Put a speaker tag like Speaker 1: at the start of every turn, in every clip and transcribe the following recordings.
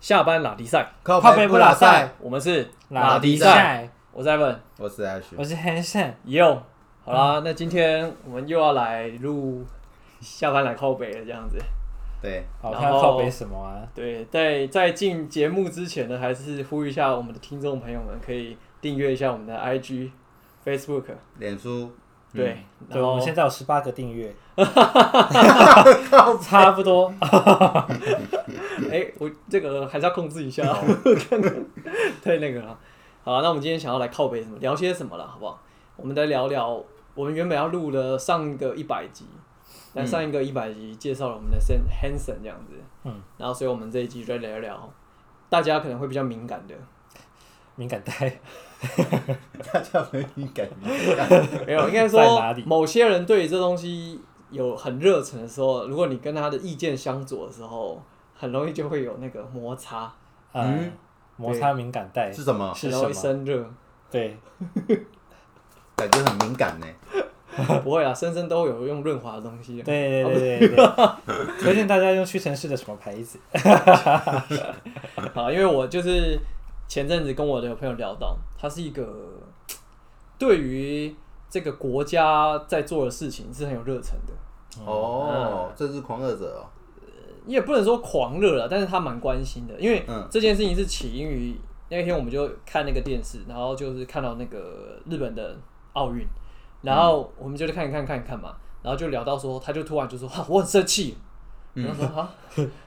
Speaker 1: 下班拉迪赛，
Speaker 2: 靠
Speaker 3: 靠
Speaker 2: 北
Speaker 3: 北
Speaker 2: 不
Speaker 3: 不
Speaker 2: 拉
Speaker 3: 拉
Speaker 2: 塞
Speaker 3: 塞，
Speaker 1: 我们是
Speaker 2: 拉迪
Speaker 3: 迪
Speaker 2: 赛
Speaker 3: 赛，
Speaker 1: 我是 Evan，
Speaker 2: 我是 Ash，
Speaker 3: 我是 Hanson，
Speaker 1: 哟，好啦，
Speaker 3: 嗯
Speaker 1: 那今天我们又要来录下班来靠北了，这样子。
Speaker 2: 对，
Speaker 3: 好
Speaker 1: 然
Speaker 3: 看
Speaker 1: 后
Speaker 3: 靠北什么啊？
Speaker 1: 对，在在进节目之前呢，还是呼吁一下我们的听众朋友们，可以订阅一下我们的 IG、Facebook，
Speaker 2: 脸书嗯
Speaker 1: 对，
Speaker 3: 嗯对，
Speaker 1: 然
Speaker 3: 我
Speaker 1: 后
Speaker 3: 们现在有十八个订阅，差不多。
Speaker 1: 哎、我这个还是要控制一下，啊
Speaker 3: 嗯
Speaker 1: 太那个了。好，那我们今天想要来靠北什么，聊些什么了，好不好？我们来聊聊我们原本要录的上一个一百集，
Speaker 3: 嗯
Speaker 1: 但上一个一百集介绍了我们的 San Hanson 这样子，嗯，然后所以我们这一集就来聊聊大家可能会比较敏感的，
Speaker 3: 敏感带，
Speaker 2: 大家没敏感，
Speaker 1: 没有，应 该
Speaker 3: 在
Speaker 1: 说
Speaker 3: 哪里
Speaker 1: 某些人对于这东西有很热忱的时候，如果你跟他的意见相左的时候，很容易就会有那个摩擦，
Speaker 3: 嗯，摩擦敏感带，
Speaker 2: 是什么？
Speaker 3: 是
Speaker 1: 很容易
Speaker 3: 什么
Speaker 1: 生热。
Speaker 3: 对，
Speaker 2: 感觉很敏感呢。
Speaker 1: 不会啊，深深都有用润滑的东西。
Speaker 3: 对对对对对，推荐大家用屈臣氏的什么牌子？
Speaker 1: 好，因为我就是前阵子跟我的朋友聊到，他是一个嘖对于这个国家在做的事情是很有热忱的，
Speaker 2: 哦，这是狂热者哦。
Speaker 1: 也不能说狂热了，但是他蛮关心的，因为
Speaker 2: 嗯
Speaker 1: 这件事情是起因于那天我们就看那个电视，然后就是看到那个日本的奥运，然后我们就去看一看看一看嘛，然后就聊到说，他就突然就说，哈，我很生气，然后说啊，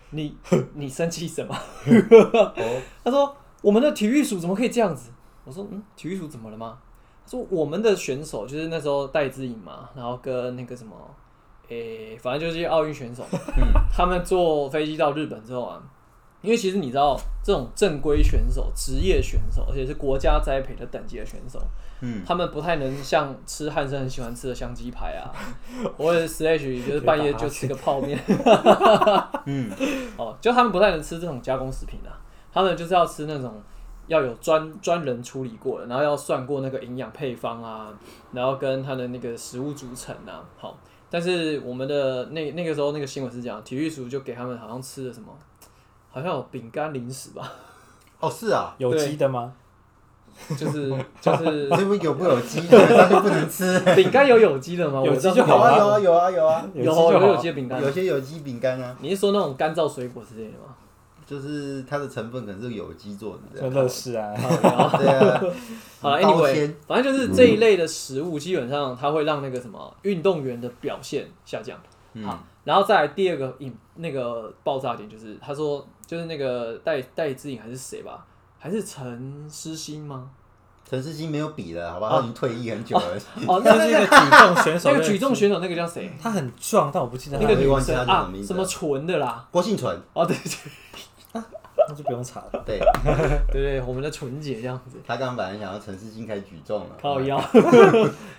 Speaker 1: 你你生气什么？
Speaker 2: 哦，
Speaker 1: 他说：“我们的体育署怎么可以这样子？”我说：“嗯，体育署怎么了吗？”他说：“我们的选手就是那时候戴资颖嘛，然后跟那个什么，诶、反正就是奥运选手， 他们坐飞机到日本之后啊，因为其实你知道，这种正规选手、职业选手，而且是国家栽培的等级的选手，
Speaker 2: 嗯，
Speaker 1: 他们不太能像吃汉生很喜欢吃的香鸡排 啊，或者 slash 就是半夜就吃个泡面，
Speaker 2: 嗯，
Speaker 1: 哦，就他们不太能吃这种加工食品啊，他们就是要吃那种要有专专人处理过的，然后要算过那个营养配方啊，然后跟它的那个食物组成啊，好，但是我们的那那个时候那个新闻是讲，体育署就给他们好像吃了什么，好像有饼干零食吧，
Speaker 2: 哦是啊，
Speaker 3: 有机的吗？
Speaker 1: 就是就是
Speaker 2: 这不有不有机的，那就不 能吃。
Speaker 1: 饼干有有机的吗？
Speaker 3: 有
Speaker 1: 我知道
Speaker 3: 机
Speaker 2: 有
Speaker 3: 就好
Speaker 2: 啊
Speaker 3: 啊
Speaker 2: 有啊有啊有啊，
Speaker 1: 有
Speaker 3: 有机就
Speaker 1: 有有
Speaker 3: 好
Speaker 1: 机。的饼干
Speaker 2: 有，些有机饼干啊，
Speaker 1: 你是说那种干燥水果之类的吗？
Speaker 2: 就是它的成分可能是有机做的这
Speaker 3: 就
Speaker 2: 样。
Speaker 3: 乐事啊，
Speaker 1: 哦
Speaker 2: 对啊，
Speaker 1: 好了
Speaker 2: 高
Speaker 1: ，anyway，
Speaker 2: 纤
Speaker 1: 反正就是这一类的食物，基本上它会让那个什么运动员的表现下降。好，然后再来第二个引那个爆炸点就是，他说就是那个戴戴志颖还是谁吧，还是陈诗欣 吗？
Speaker 2: 陈世新没有比了，好吧，他已经退役很久了。
Speaker 1: 哦，那
Speaker 3: 这是一
Speaker 1: 那
Speaker 3: 个举重选手，
Speaker 1: 那个举重选手那个叫谁？
Speaker 3: 他很壮，但我不记得他
Speaker 1: 那个
Speaker 2: 我也
Speaker 1: 女
Speaker 2: 忘记
Speaker 1: 生
Speaker 2: 她叫什
Speaker 1: 啊
Speaker 2: 么名，字
Speaker 1: 什
Speaker 2: 了
Speaker 1: 么纯的啦？
Speaker 2: 郭幸存，
Speaker 1: 哦，对 对
Speaker 3: 那就不用查了。
Speaker 2: 对
Speaker 1: 对对，我们的纯姐这样子，
Speaker 2: 他刚刚本来想要陈世新开举重了，
Speaker 1: 靠 腰。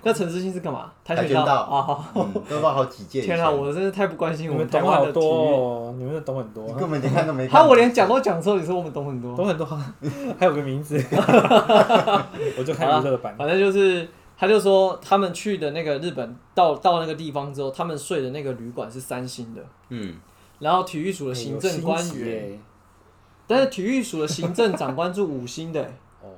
Speaker 1: 那陈诗欣是干嘛？跆
Speaker 2: 跆
Speaker 1: 拳
Speaker 2: 拳
Speaker 1: 道
Speaker 2: 道
Speaker 1: 啊！好
Speaker 2: 嗯，都报好几届以前。
Speaker 1: 天啊，我真是太不关心
Speaker 3: 你
Speaker 1: 我
Speaker 3: 们
Speaker 1: 台
Speaker 3: 懂
Speaker 1: 湾
Speaker 3: 好
Speaker 1: 的体
Speaker 3: 多
Speaker 1: 育。
Speaker 3: 哦，你们懂很多
Speaker 2: 你
Speaker 3: 啊，
Speaker 2: 根本连看都没看。
Speaker 1: 他我连讲都讲错，你说我们懂很多。
Speaker 3: 懂很多啊，还有个名字， 我就看娱乐版。
Speaker 1: 反正就是，他就说他们去的那个日本，到到那个地方之后，他们睡的那个旅馆是三星的，
Speaker 2: 嗯，
Speaker 1: 然后体育署的
Speaker 3: 哎
Speaker 1: 行
Speaker 3: 有哎
Speaker 1: 政
Speaker 3: 新
Speaker 1: 官
Speaker 3: 奇
Speaker 1: 员，
Speaker 3: 耶
Speaker 1: 但是体育署的行政长官住五星 的、
Speaker 3: 哦，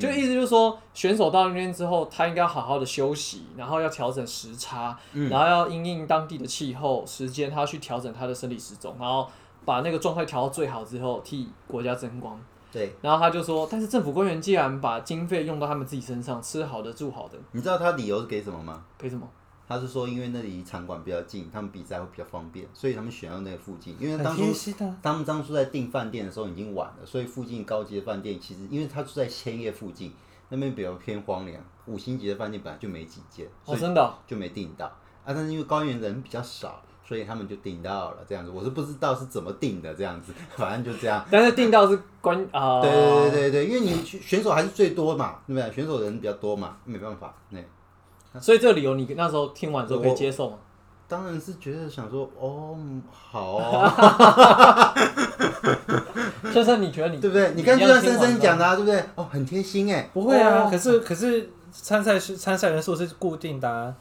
Speaker 1: 就意思就是说，选手到那边之后，他应该好好的休息，然后要调整时差，
Speaker 3: 嗯
Speaker 1: 然后要因应当地的气候、时间，他要去调整他的生理时钟，然后把那个状态调到最好之后，替国家争光。
Speaker 2: 对，
Speaker 1: 然后他就说，但是政府官员既然把经费用到他们自己身上，吃好的住好的，
Speaker 2: 你知道他理由是给什么吗？
Speaker 1: 赔什么？
Speaker 2: 他是说，因为那里场馆比较近，他们比赛会比较方便，所以他们选到那个附近。因为
Speaker 3: 很
Speaker 2: 当初
Speaker 3: 贴心啊，
Speaker 2: 他们当初在订饭店的时候已经晚了，所以附近高级的饭店其实，因为他住在千叶附近，那边比较偏荒凉，五星级的饭店本来就没几间，
Speaker 1: 哦，真的哦、
Speaker 2: 就没订到啊。但是因为高原人比较少，所以他们就订到了这样子。我是不知道是怎么订的这样子， 反正就这样。
Speaker 1: 但是订到是关 啊，
Speaker 3: 哦
Speaker 2: 对对对对对，因为你选手还是最多嘛，对不对？选手人比较多嘛，没办法，对。
Speaker 1: 所以这个理由你那时候听完之后可以接受吗？
Speaker 2: 当然是觉得想说，哦，嗯好 啊
Speaker 1: 就是你觉得你
Speaker 2: 对不对？你刚
Speaker 1: 这
Speaker 2: 刚就
Speaker 1: 样听完
Speaker 2: 像深深
Speaker 1: 之后
Speaker 2: 讲的、啊，对不对？哦，很贴心哎、
Speaker 3: 不会啊，
Speaker 1: 哦
Speaker 3: 可是可是参赛是参赛人数是固定的啊，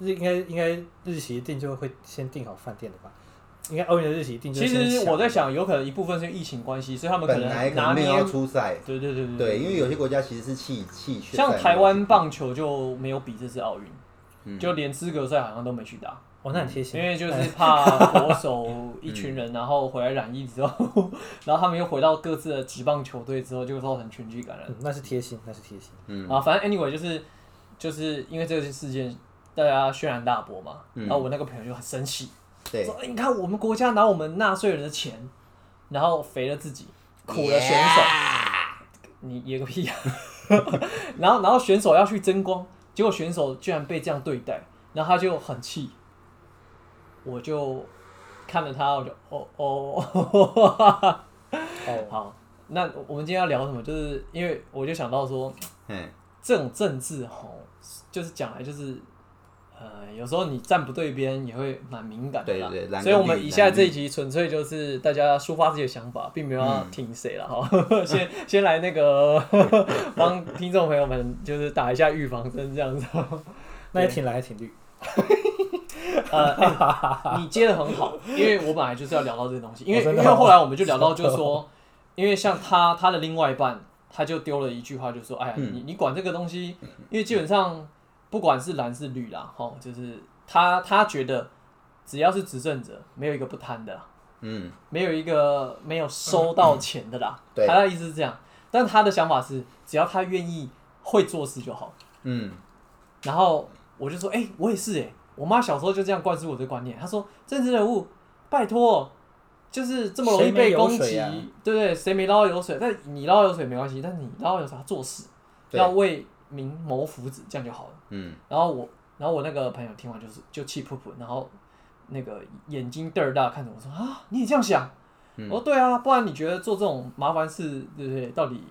Speaker 3: 就是应该应该日期定就会先订好饭店的吧？应该欧元的日期一定就
Speaker 1: 其
Speaker 3: 是先
Speaker 1: 实
Speaker 3: 想
Speaker 1: 我在想，有可能一部分是因为疫情关系，所以他们可
Speaker 2: 本来
Speaker 1: 能
Speaker 2: 可
Speaker 1: 拿
Speaker 2: 能没
Speaker 1: 捏
Speaker 2: 有要出赛，
Speaker 1: 对对对
Speaker 2: 对，因为有些国家其实是弃弃权赛
Speaker 1: 像
Speaker 2: 的
Speaker 1: 台湾棒球就没有比这次奥
Speaker 2: 嗯
Speaker 1: 运，就连资格赛好像都没去打，
Speaker 3: 哦，那很贴心
Speaker 1: 因，为就是怕国手一群人，然后回来染疫之后， 然后他们又回到各自的职棒球队之后，就造成群聚感染。
Speaker 3: 嗯那是贴心，那是贴心。
Speaker 2: 嗯
Speaker 1: 啊，反正 anyway 就是就是因为这个事件，大家轩然大波嘛，然后我那个朋友就很生气，
Speaker 2: 对
Speaker 1: 说、哎，你看我们国家拿我们纳税人的钱，然后肥了自己，苦了选手。你 噎个屁呀、然后，然后选手要去争光，结果选手居然被这样对待，然后他就很气。我就看了他，我就哦哦，
Speaker 3: 哦，
Speaker 1: 好，那我们今天要聊什么？就是因为我就想到说，
Speaker 2: 嗯，
Speaker 1: 这种政治吼，就是讲来就是，呃，有时候你站不对边也会蛮敏感的啦。
Speaker 2: 对对蓝跟
Speaker 1: 所以我们
Speaker 2: 绿
Speaker 1: 以下
Speaker 2: 蓝
Speaker 1: 这一集纯粹就是大家抒发自己的想法，并没有要听谁了 哈。先先来那个帮听众朋友们就是打一下预防针这样子。
Speaker 3: 那也挺蓝，也挺绿。
Speaker 1: 呃， 哎你接的很好，因为我本来就是要聊到这个东西，因为、
Speaker 3: 哦真
Speaker 1: 因
Speaker 3: 的
Speaker 1: 为
Speaker 3: 哦
Speaker 1: 后来我们就聊到，就是说，因为像他他的另外一半，他就丢了一句话，就说，哎呀，
Speaker 3: 嗯
Speaker 1: 你你管这个东西，因为基本上不管是蓝是绿啦，吼，就是他他觉得只要是执政者，没有一个不贪的啦，
Speaker 2: 嗯，
Speaker 1: 没有一个没有收到钱的
Speaker 3: 嗯
Speaker 1: 啦，
Speaker 2: 对
Speaker 1: 他的意思是这样，但他的想法是，只要他愿意会做事就好。
Speaker 2: 嗯，
Speaker 1: 然后我就说，哎、我也是哎、我妈小时候就这样灌输我的观念，她说政治人物，拜托，就是这么容易被攻
Speaker 3: 谁没
Speaker 1: 击，
Speaker 3: 油水啊
Speaker 1: 对不对？谁没捞到油水？但你捞到油水没关系，但你捞到油水要做事，
Speaker 2: 对
Speaker 1: 要为民谋福祉，这样就好了。
Speaker 2: 嗯，
Speaker 1: 然后我，然后我那个朋友听完就是就气噗噗，然后那个眼睛瞪儿大看着我说啊，你也这样想？
Speaker 3: 嗯
Speaker 2: 嗯
Speaker 1: 我说对啊，不然你觉得做这种麻烦事，对不对？到底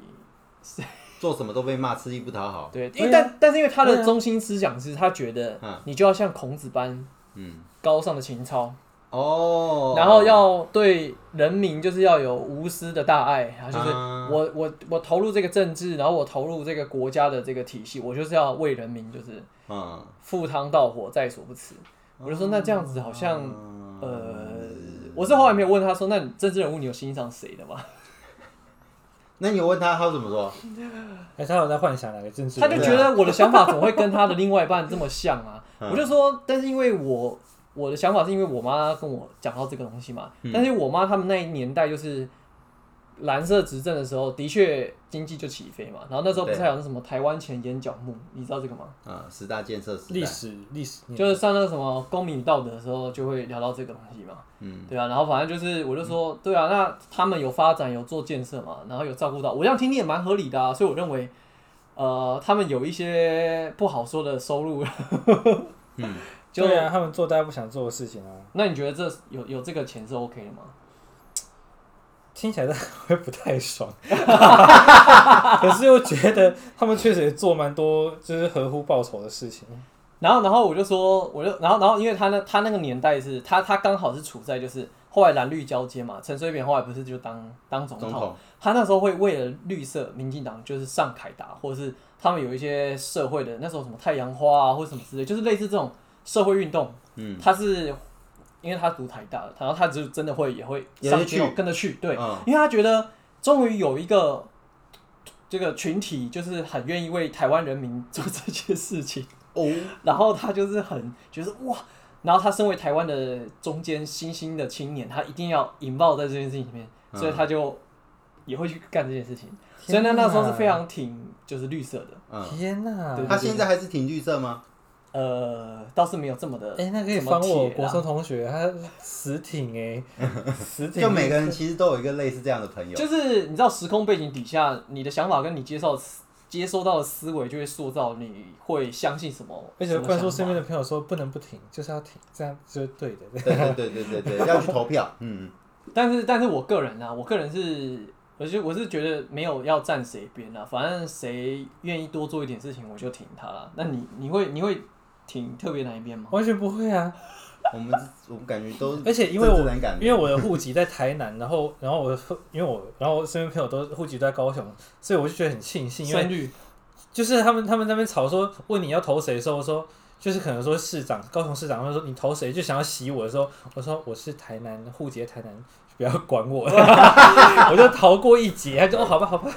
Speaker 2: 做什么都被骂，吃力不讨好，
Speaker 1: 对，因
Speaker 3: 对
Speaker 1: 为
Speaker 3: 啊
Speaker 1: 但但是因为他
Speaker 3: 对
Speaker 1: 的
Speaker 3: 啊
Speaker 1: 中心思想是他觉得
Speaker 2: 嗯
Speaker 1: 你就要像孔子般
Speaker 2: 嗯，
Speaker 1: 高尚的情操，
Speaker 2: 哦，
Speaker 1: 然后要对人民就是要有无私的大爱，然后就是
Speaker 2: 啊
Speaker 1: 我我我投入这个政治，然后我投入这个国家的这个体系，我就是要为人民就是
Speaker 2: 嗯，
Speaker 1: 赴汤蹈火在所不辞。我就说那这样子好像
Speaker 2: 嗯
Speaker 1: 呃，我是后来没有问他说，那你政治人物你有欣赏谁的吗？
Speaker 2: 那你有问他他怎么说？
Speaker 3: 还是他有在幻想哪个政治
Speaker 1: 他
Speaker 3: 人
Speaker 1: 就
Speaker 3: 物？
Speaker 1: 觉得我的想法怎么会跟他的另外一半这么像啊？
Speaker 2: 嗯
Speaker 1: 我就说，但是因为我我的想法是因为我妈跟我讲到这个东西嘛，
Speaker 2: 嗯
Speaker 1: 但是我妈他们那一年代就是蓝色执政的时候，的确经济就起飞嘛。然后那时候不是还有那什么台湾前眼角目，你知道这个吗？
Speaker 2: 啊，十大建设时
Speaker 3: 历
Speaker 2: 代，
Speaker 3: 史历史念，
Speaker 1: 就是上那个什么公民与道德的时候，就会聊到这个东西嘛。
Speaker 2: 嗯，
Speaker 1: 对啊，然后反正就是，我就说，对啊，那他们有发展，有做建设嘛，然后有照顾到，我这样听听也蛮合理的啊，所以我认为，呃，他们有一些不好说的收入，
Speaker 2: 嗯，
Speaker 1: 就
Speaker 3: 对啊，他们做大家不想做的事情啊，
Speaker 1: 那你觉得这有有这个钱是 OK 的吗？
Speaker 3: 听起来大家会不太 爽。可是又觉得他们确实也做蛮多就是合乎报酬的事情。
Speaker 1: 然后，然后我就说，我就，然后，然后，因为他那他那个年代是，他他刚好是处在就是后来蓝绿交接嘛，陈水扁后来不是就当当总
Speaker 2: 总
Speaker 1: 统，
Speaker 2: 统，
Speaker 1: 他那时候会为了绿色民进党就是上凯达，或者是他们有一些社会的那时候什么太阳花啊，或者什么之类，就是类似这种社会运动。
Speaker 2: 嗯，
Speaker 1: 他是因为他读台大的，然后他就真的会也会
Speaker 2: 也
Speaker 1: 上
Speaker 2: 会
Speaker 1: 街头
Speaker 2: 去
Speaker 1: 跟着去，对，
Speaker 3: 啊
Speaker 2: 嗯
Speaker 1: 因为他觉得终于有一个这个群体就是很愿意为台湾人民做这些事情。
Speaker 2: 哦，
Speaker 1: 然后他就是很觉得哇，然后他身为台湾的中间新兴的青年，他一定要引爆在这件事情里面，
Speaker 2: 嗯
Speaker 1: 所以他就也会去干这件事情。所以
Speaker 3: 天
Speaker 1: 那
Speaker 3: 哪
Speaker 1: 那时候是非常挺就是绿色的，
Speaker 2: 嗯，
Speaker 3: 天哪！
Speaker 1: 对
Speaker 2: 他现在还是挺绿色吗？
Speaker 1: 呃，倒是没有这么的。
Speaker 3: 哎、那可以
Speaker 1: 什么
Speaker 3: 帮我
Speaker 1: 铁啦
Speaker 3: 国中同学，他死挺 哎、死挺。
Speaker 2: 就每个人其实都有一个类似这样的朋友，
Speaker 1: 就是你知道时空背景底下，你的想法跟你接受接收到的思维，就会塑造你会相信什么，
Speaker 3: 而且
Speaker 1: 什么
Speaker 3: 灌输身
Speaker 1: 想法
Speaker 3: 边的朋友说不能不停，就是要停，这样就是对的。
Speaker 2: 对对对对对 对，要去投票，嗯，
Speaker 1: 但是，但是我个人啊，我个人是，我就我是觉得没有要站谁边啊，反正谁愿意多做一点事情，我就挺他了。那你你会你会挺特别哪一边吗？
Speaker 3: 完全不会啊！
Speaker 2: 我们我们感觉都，
Speaker 3: 而且因为我
Speaker 2: 能感
Speaker 3: 因为我的户籍在台南，然后然后我的户因为我然后我身边朋友都户籍都在高雄，所以我就觉得很庆幸，因为
Speaker 1: 深绿
Speaker 3: 就是他们他们那边吵说问你要投谁的时候，我说就是可能说市长，高雄市长，他说你投谁，就想要洗我的时候，我说我是台南户籍的台南，不要管我， 我就逃过一劫。他就哦，好吧，好吧，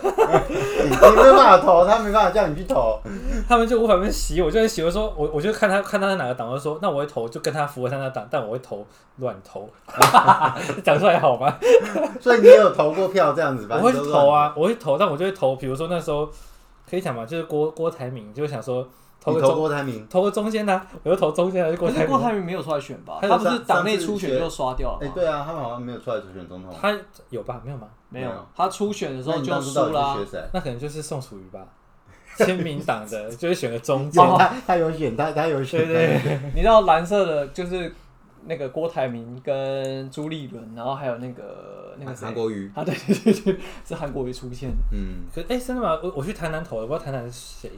Speaker 2: 你没办法投，他没办法叫你去 投。
Speaker 3: 他们就无法被洗我，就会洗我说我我就看他看他在哪个党，我就说那我会投，就跟他符合他那党，但我会投乱投， 讲出来好吗？
Speaker 2: 所以你也有投过票这样子吧？
Speaker 3: 我会投啊，我会投，但我就会投，比如说那时候可以讲嘛，就是郭郭台铭，就想说投
Speaker 2: 你
Speaker 3: 个
Speaker 2: 投
Speaker 3: 中
Speaker 2: 郭台铭？
Speaker 3: 投个中间的啊、我就投中间的，还是
Speaker 1: 可
Speaker 3: 郭台
Speaker 1: 是
Speaker 3: 铭
Speaker 1: 郭。台铭没有出来选吧？
Speaker 2: 还有
Speaker 1: 他不是
Speaker 2: 上
Speaker 1: 党内
Speaker 2: 上次
Speaker 1: 初选
Speaker 2: 选
Speaker 1: 就刷掉了
Speaker 2: 哎、
Speaker 1: 吗？
Speaker 2: 对啊，他们好像没有出来选总统。
Speaker 3: 他有吧？没有吗？
Speaker 1: 没
Speaker 2: 没
Speaker 1: 有
Speaker 2: 有，
Speaker 1: 他初选的时候
Speaker 2: 那你
Speaker 1: 就
Speaker 2: 当初
Speaker 1: 输
Speaker 2: 到
Speaker 1: 啦
Speaker 2: 底。是选谁？
Speaker 3: 那可能就是宋楚瑜吧，亲民党的，就是选个中间。
Speaker 2: 有他，他有选，他他有选。
Speaker 3: 哦对对
Speaker 1: 你知道蓝色的就是那个郭台铭跟朱立伦，然后还有那个那个谁
Speaker 2: 韩，国瑜，
Speaker 1: 啊对对对对，是韩国瑜出现的。
Speaker 2: 嗯，
Speaker 3: 可哎、真的吗？我我去台南投的，我不知道台南是谁，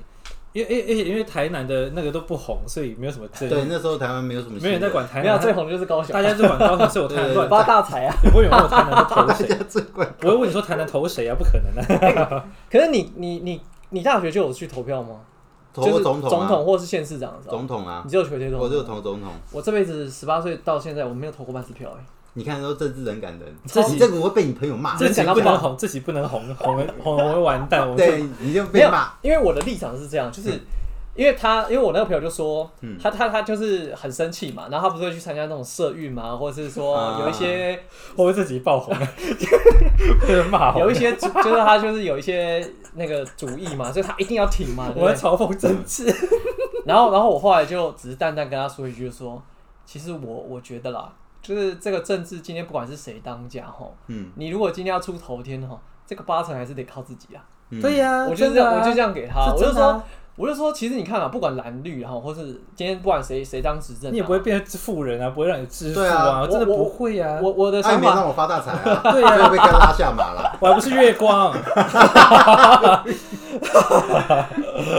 Speaker 3: 因为而且因为台南的那个都不红，所以没有什么争议，
Speaker 2: 对，那时候台湾没有什么新闻，
Speaker 3: 没有人在管台
Speaker 2: 哎
Speaker 1: 没有
Speaker 3: 南，啊
Speaker 1: 最红的就是高雄
Speaker 3: 大，家就管高雄，所以我台南
Speaker 2: 对
Speaker 3: 乱
Speaker 1: 发大财啊！
Speaker 3: 也不会有人问我台南在投
Speaker 2: 大
Speaker 3: 谁
Speaker 2: 家， 最管。
Speaker 3: 不会问你说台南投谁啊？不可能的、
Speaker 1: 可是你你你你大学就有去投票吗？
Speaker 2: 投过
Speaker 1: 总
Speaker 2: 总统啊，
Speaker 1: 统或是县市长的时候，
Speaker 2: 总统啊，
Speaker 1: 你只有求这种。
Speaker 2: 我就投总统。
Speaker 1: 我这辈子十八岁到现在，我没有投过半次票哎。
Speaker 2: 你看，都政治人感人，
Speaker 1: 自己
Speaker 2: 你这个会被你朋友骂，
Speaker 3: 自己不能
Speaker 1: 讲到
Speaker 3: 红，自己不能红，红了红了会完蛋。我就
Speaker 2: 对，你就
Speaker 1: 没
Speaker 2: 被
Speaker 1: 有
Speaker 2: 骂。，
Speaker 1: 因为我的立场是这样，就是
Speaker 2: 嗯
Speaker 1: 因为他，因为我那个朋友就说，他他他就是很生气嘛，然后他不是会去参加那种社运嘛，或者是说
Speaker 2: 啊
Speaker 1: 有一些
Speaker 3: 我会自己爆 红，啊被人骂红
Speaker 1: 有一。 些主，就是他就是有一些那个主义嘛，所以他一定要挺嘛，对不
Speaker 3: 我在
Speaker 1: 对？
Speaker 3: 嘲讽政治，
Speaker 1: 然后然后我后来就只是淡淡跟他说一句，就说其实我我觉得啦，就是这个政治今天不管是谁当家吼，
Speaker 2: 嗯，
Speaker 1: 你如果今天要出头天吼，这个八成还是得靠自己啊。
Speaker 2: 嗯
Speaker 3: 对呀、
Speaker 1: 我就这
Speaker 3: 真的
Speaker 1: 样，
Speaker 3: 啊
Speaker 1: 我就这样给他，
Speaker 3: 是
Speaker 1: 我就
Speaker 3: 真的啊
Speaker 1: 说，我就说，其实你看啊，不管蓝绿哈，或是今天不管谁谁当执政啊，
Speaker 3: 你也不会变成富人啊，不会让你致富
Speaker 2: 对啊
Speaker 3: 我真的
Speaker 1: 我
Speaker 3: 不会啊，
Speaker 1: 我我的
Speaker 2: 他也
Speaker 1: 想
Speaker 2: 没
Speaker 1: 法，
Speaker 2: 让我发大财啊，
Speaker 3: 对
Speaker 2: 所
Speaker 3: 啊
Speaker 2: 以被他拉下马了。
Speaker 3: 我还不是 月光，